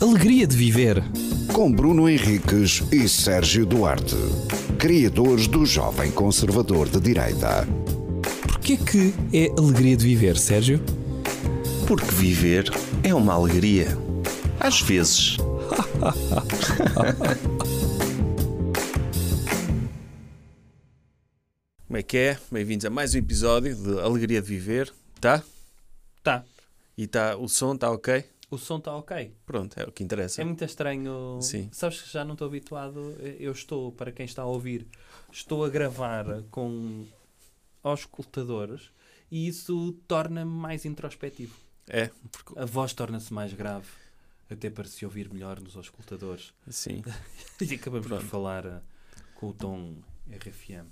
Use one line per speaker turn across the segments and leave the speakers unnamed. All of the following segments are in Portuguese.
alegria de viver.
Com Bruno Henriques e Sérgio Duarte, criadores do Jovem Conservador de Direita.
Porquê que é alegria de viver, Sérgio?
Porque viver é uma alegria. Às vezes. Como é que é? Bem-vindos a mais um episódio de Alegria de Viver. Tá?
Tá.
E tá, o som está ok?
O som está ok.
Pronto, é o que interessa.
É muito estranho.
Sim.
Sabes que já não estou habituado. Eu estou, para quem está a ouvir, estou a gravar com auscultadores e isso torna-me mais introspectivo.
É, porque...
A voz torna-se mais grave, até para se ouvir melhor nos auscultadores.
Sim.
E acabamos
Pronto.
por falar eh, com o tom RFM.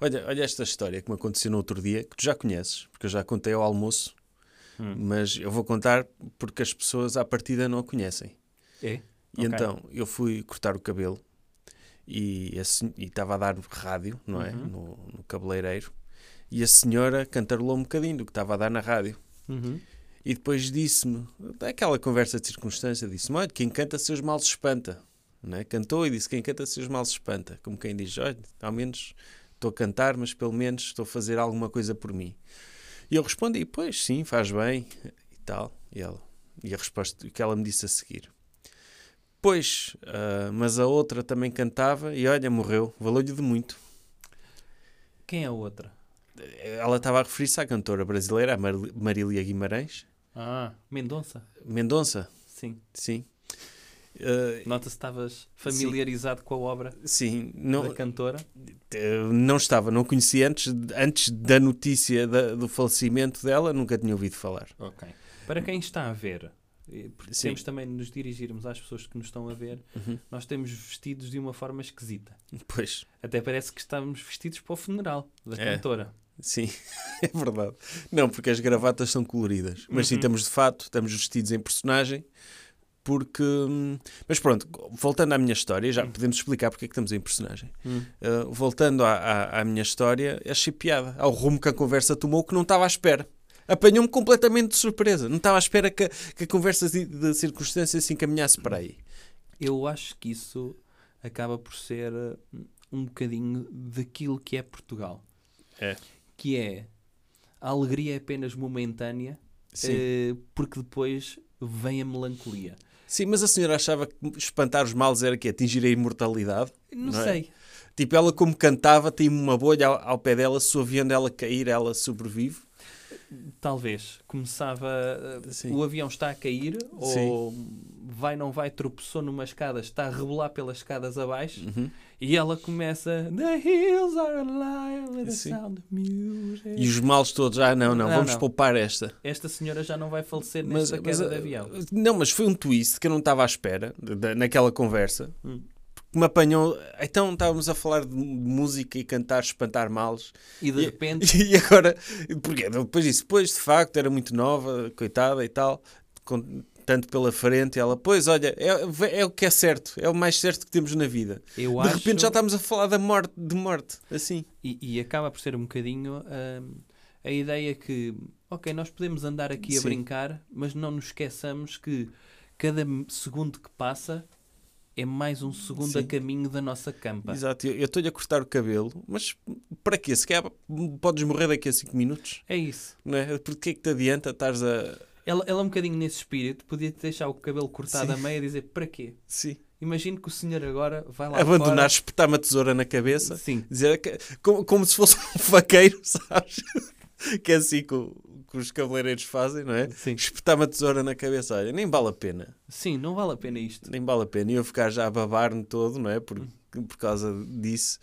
Olha, olha esta história que me aconteceu no outro dia, que tu já conheces, porque eu já contei ao almoço, mas eu vou contar porque as pessoas à partida não a conhecem.
É?
E
Ok.
então eu fui cortar o cabelo e a sen- e estava a dar rádio, não é?
Uhum.
No, no cabeleireiro. E a senhora cantarolou um bocadinho do que estava a dar na rádio.
Uhum.
E depois disse-me, daquela conversa de circunstância, disse-me: Olha, quem canta seus males espanta. Não é? Cantou e disse: Quem canta seus males espanta. Como quem diz: Olha, ao menos estou a cantar, mas pelo menos estou a fazer alguma coisa por mim. E eu respondi: Pois sim, faz bem e tal. E, ela, e a resposta que ela me disse a seguir: Pois, ah, mas a outra também cantava e olha, morreu, valeu-lhe de muito.
Quem é a outra?
Ela estava a referir-se à cantora brasileira, a Mar- Marília Guimarães,
Ah, Mendonça.
Mendonça.
Sim.
Sim. Eh,
Nota-se que estavas familiarizado com a obra
sim, não,
da cantora.
eh, não estava, não conheci antes, antes da notícia da- do falecimento dela, nunca tinha ouvido falar.
Ok. Para quem está a ver, eh, porque
Sim.
temos também de nos dirigirmos às pessoas que nos estão a ver, nós temos vestidos de uma forma esquisita.
Pois,
Até parece que estamos vestidos para o funeral da
É.
cantora.
sim, é verdade. Não, porque as gravatas são coloridas, mas sim, estamos de fato, estamos vestidos em personagem. Porque. hum, Mas pronto, voltando à minha história, já podemos explicar porque é que estamos em personagem. Eh, voltando à, à- à minha história, achei piada ao rumo que a conversa tomou que não estava à espera. Apanhou-me completamente de surpresa. Não estava à espera que, a- que a conversa de, de circunstâncias se encaminhasse para aí.
Eu acho que isso acaba por ser eh, um bocadinho daquilo que é Portugal.
É.
Que é a alegria é apenas momentânea,
Sim.
eh, porque depois vem a melancolia.
Sim, mas a senhora achava que espantar os males era que atingir a imortalidade.
Não,
Não é?
sei.
Tipo, ela como cantava, tem uma bolha ao, ao pé dela, suaviando ela cair, ela sobrevive.
Talvez. Começava. eh,
Sim.
O avião está a cair, ou vai, não vai, tropeçou numa escada, está a rebolar pelas escadas abaixo,
Uhum.
e ela começa. The hills are alive with the
Sim.
sound of music.
E os males todos, ah não, não,
Não,
vamos
não.
poupar esta. eh,
Esta senhora já não vai falecer nesta queda de avião.
Não, mas foi um twist que eu não estava à espera de- de- naquela conversa. Porque me apanhou. Então estávamos a falar de música e cantar, espantar males.
E de
E-
repente.
E agora, porque depois disse, pois de facto era muito nova, coitada e tal, com tanto pela frente. E ela, pois olha, é, é o que é certo, é o mais certo que temos na vida.
Eu
de
acho.
repente já estamos a falar da morte, de morte, assim.
E, e acaba por ser um bocadinho hum, a ideia que, ok, nós podemos andar aqui a
Sim.
brincar, mas não nos esqueçamos que cada m- segundo que passa é mais um segundo a
Sim.
caminho da nossa campa.
Exato, eu eu estou-lhe a cortar o cabelo, mas para quê? Se calhar podes morrer daqui a 5 minutos.
É isso.
não é? Porque é que te adianta estares a.
Ela, ela é um bocadinho nesse espírito, podia deixar o cabelo cortado a meia e dizer para quê?
Sim.
Imagino que o senhor agora vai lá
Abandonar,
fora.
espetar uma tesoura na cabeça,
Sim.
dizer que- como, como se fosse um faqueiro, sabes? Que é assim que, o- que os cabeleireiros fazem, não é?
Sim.
Espetar uma tesoura na cabeça, olha, nem vale a pena,
Sim, não vale a pena isto.
nem vale a pena. E eu ficar já a babar-me todo, não é? Por, por causa disso.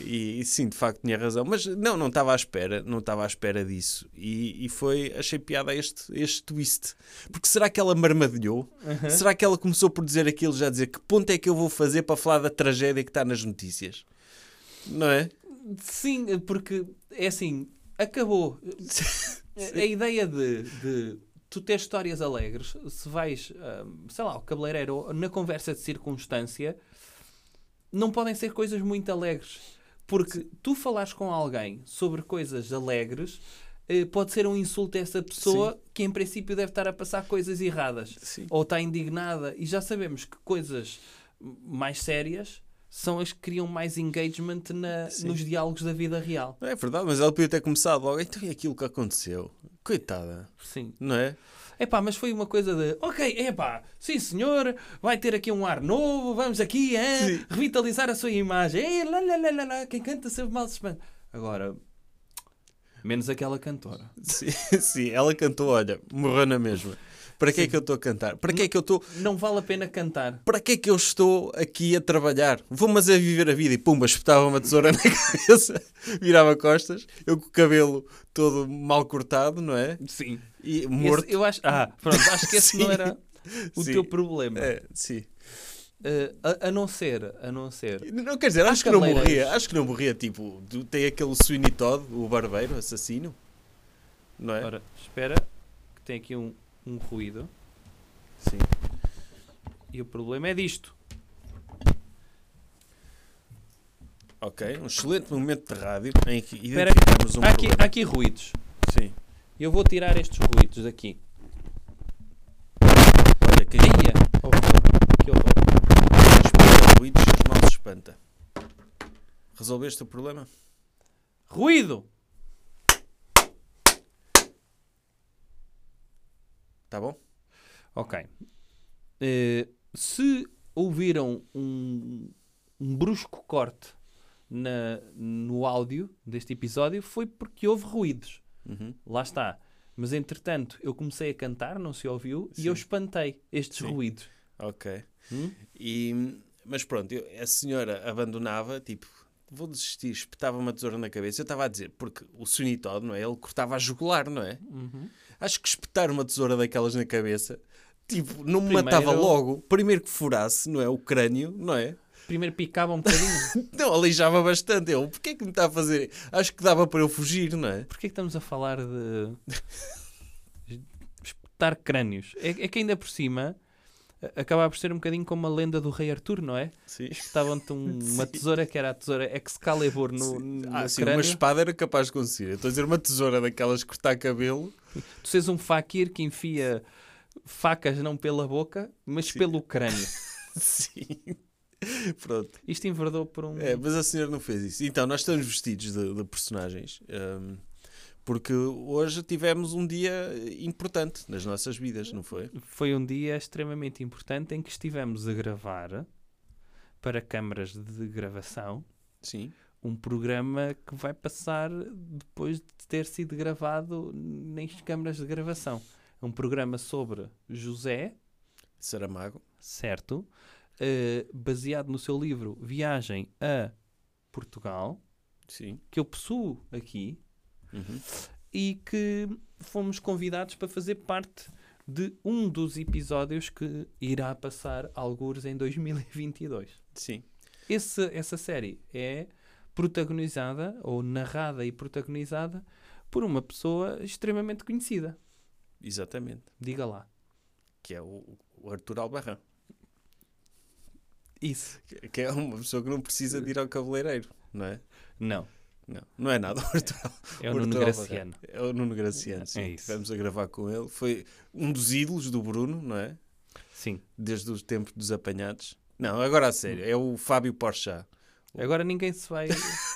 E, e sim, de facto tinha razão. Mas não, não estava à espera, não estava à espera disso. E, e foi, achei piada este, este twist. Porque será que ela marmadilhou? Será que ela começou por dizer aquilo, já dizer que ponto é que eu vou fazer para falar da tragédia que está nas notícias? Não é?
Sim, porque é assim, acabou. A a ideia de, de tu ter histórias alegres, se vais, hum, sei lá, ao cabeleireiro ou na conversa de circunstância, não podem ser coisas muito alegres. Porque tu falares com alguém sobre coisas alegres eh, pode ser um insulto a essa pessoa que, em princípio, deve estar a passar coisas erradas
Sim.
ou está indignada. E já sabemos que coisas mais sérias são as que criam mais engagement na-
Sim.
nos diálogos da vida real.
É verdade, mas ela podia ter começado logo. Então é aquilo que aconteceu. Coitada,
Sim.
não é?
Epá, mas foi uma coisa de, ok, epá, sim senhor, vai ter aqui um ar novo, vamos aqui hein,
Sim.
revitalizar a sua imagem. Ei, lá, lá, lá, lá, lá, quem canta sempre mal se espanta. Agora, menos aquela cantora.
Sim, sim, ela cantou, olha, morreu na mesma. Para que é que eu estou a cantar? Para que é que eu estou.
Não vale a pena cantar.
Para que é que eu estou aqui a trabalhar? Vou, mas a viver a vida. E pumba, espetava uma tesoura na cabeça, virava costas, eu com o cabelo todo mal cortado, não é?
Sim.
E morto.
eu acho, ah, pronto, acho que esse
Sim.
não era o
Sim.
teu problema.
É, sim.
Eh, a, a não ser, a não ser.
Não quer dizer, acho que não
cabeleireiros.
morria. Acho que não morria, tipo, do- tem aquele Sweeney Todd, o barbeiro, assassino. Não é?
Ora, espera, que tem aqui um, um ruído.
Sim.
E o problema é disto.
Ok, um excelente momento de rádio em que
Espera,
identificamos um
Há aqui,
problema.
há aqui ruídos.
Sim.
Eu vou tirar estes ruídos daqui.
Olha, quem
Eia! horror. Que horror.
respeita ruídos mal se espanta. Resolveste o problema?
Ruído!
Tá bom?
Ok. Eh, se ouviram um, um brusco corte na- no áudio deste episódio, foi porque houve ruídos.
Uhum.
Lá está. Mas entretanto, eu comecei a cantar, não se ouviu, e eu espantei estes
Sim.
ruídos.
Ok.
Hum?
E, mas pronto, eu- a senhora abandonava, tipo, vou desistir, espetava uma tesoura na cabeça. Eu estava a dizer, porque o Sweeney Todd, não é? Ele cortava a jugular, não é?
Uhum.
Acho que espetar uma tesoura daquelas na cabeça, tipo, não me
Primeiro-
matava logo. Primeiro que furasse, não é? O crânio, não é?
Primeiro picava um bocadinho.
Não, aleijava bastante. Eu, porquê é que me está a fazer? Acho que dava para eu fugir, não é?
Porquê que estamos a falar de espetar crânios? É, é que ainda por cima a- acaba por ser um bocadinho como a lenda do rei Arthur, não é?
Sim.
Espetavam-te um- uma tesoura que era a tesoura Excalibur no, no
Ah, sim, uma
crânio.
espada era capaz de conseguir. Eu Estou a dizer uma tesoura daquelas de cortar cabelo.
Tu seres um faquir que enfia facas não pela boca, mas pelo crânio.
Sim. Pronto.
Isto enverdou por um...
É, mas a senhora não fez isso. Então, nós estamos vestidos de, de personagens. hum, porque hoje tivemos um dia importante nas nossas vidas, não foi?
foi um dia extremamente importante em que estivemos a gravar para câmaras de gravação
Sim.
um programa que vai passar depois de ter sido gravado nas câmaras de gravação. É um programa sobre José,
Saramago.
certo? Eh, baseado no seu livro Viagem a Portugal,
Sim.
que eu possuo aqui e que fomos convidados para fazer parte de um dos episódios que irá passar algures em 2022.
Sim.
Esse- essa série é protagonizada ou narrada e protagonizada por uma pessoa extremamente conhecida.
Exatamente.
Diga lá.
Que é o, o Arthur Albarrão.
Isso.
Que- Que é uma pessoa que não precisa de ir ao cabeleireiro, não é?
Não.
Não, não é nada. O Arthur,
É o
Arthur
Nuno
Albarrão.
Graciano.
É o Nuno Graciano. Sim.
É isso.
Estivemos a gravar com ele. Foi um dos ídolos do Bruno, não é?
Sim.
Desde os tempos dos apanhados. Não, agora a sério. É o Fábio Porchat.
Agora ninguém se vai,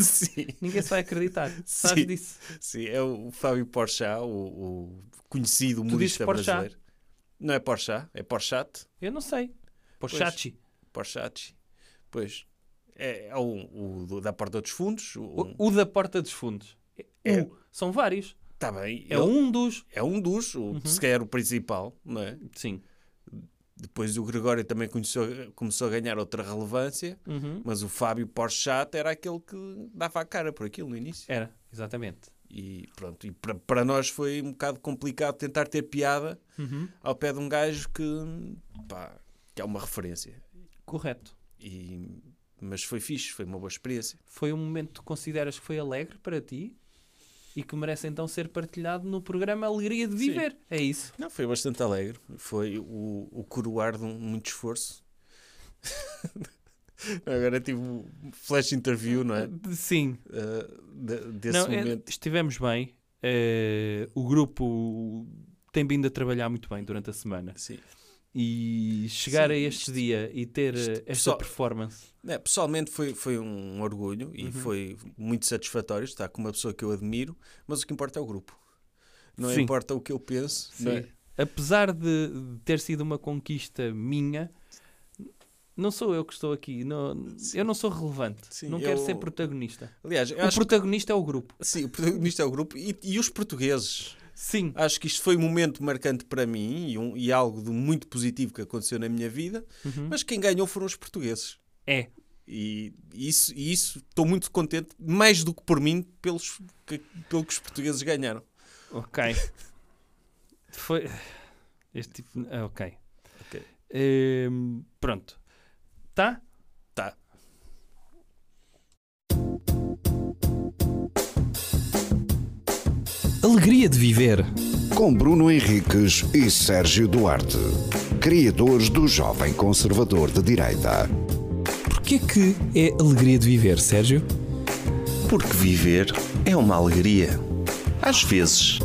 Sim.
ninguém se vai acreditar.
Sim.
Sabes disso?
Sim, é o Fábio Porchat, o, o conhecido
dizes
humorista
Porchat?
brasileiro. Não é Porchat, é Porchat,
Eu não sei. Pochachi.
Porchat. Pois, é, é o, o do- da Porta dos Fundos. Um,
O, o da Porta dos Fundos.
É.
O. São vários.
tá bem,
É
ele-
um Uhum. dos.
é um dos, o, se calhar o principal, não é?
Sim.
Depois o Gregório também conheceu- começou a ganhar outra relevância,
Uhum.
mas o Fábio Porchat era aquele que dava a cara por aquilo no início.
Era, exatamente.
E pronto, e para- para nós foi um bocado complicado tentar ter piada
Uhum.
ao pé de um gajo que, pá, que é uma referência.
Correto.
E, mas foi fixe, foi uma boa experiência.
Foi um momento que consideras que foi alegre para ti e que merece então ser partilhado no programa Alegria de Viver. É isso.
Não, foi bastante alegre. Foi o, o coroar de um, muito esforço. Agora tive um flash interview, não é?
Sim.
Ah, de- desse
Uhum. Não, é-
momento.
estivemos bem. eh, o grupo tem vindo a trabalhar muito bem durante a semana.
Sim.
E chegar
Sim,
a este dia e ter eh,
isto
esta
só-
performance.
É, pessoalmente foi, foi um orgulho
Uhum.
e foi muito satisfatório estar com uma pessoa que eu admiro, mas o que importa é o grupo. Não
Sim.
importa o que eu penso. não é?
Sim. Apesar de de ter sido uma conquista minha, não sou eu que estou aqui. não- eu não sou relevante.
Sim,
não quero
eu-
ser protagonista.
Aliás, eu
o
acho
protagonista é o grupo.
que sim, o protagonista é o grupo e, e os portugueses.
Sim.
Acho que isto foi um momento marcante para mim e, um- e algo de muito positivo que aconteceu na minha vida,
Uhum.
mas quem ganhou foram os portugueses.
É.
E isso, e isso estou muito contente, mais do que por mim, pelos, que, pelo que os portugueses ganharam.
Ok. Foi. Este tipo. ah, Ok.
Ok.
Ehm, pronto. Tá?
Tá.
Alegria de viver.
Com Bruno Henriques e Sérgio Duarte, criadores do Jovem Conservador de Direita.
Porquê que é alegria de viver, Sérgio?
Porque viver é uma alegria. Às vezes.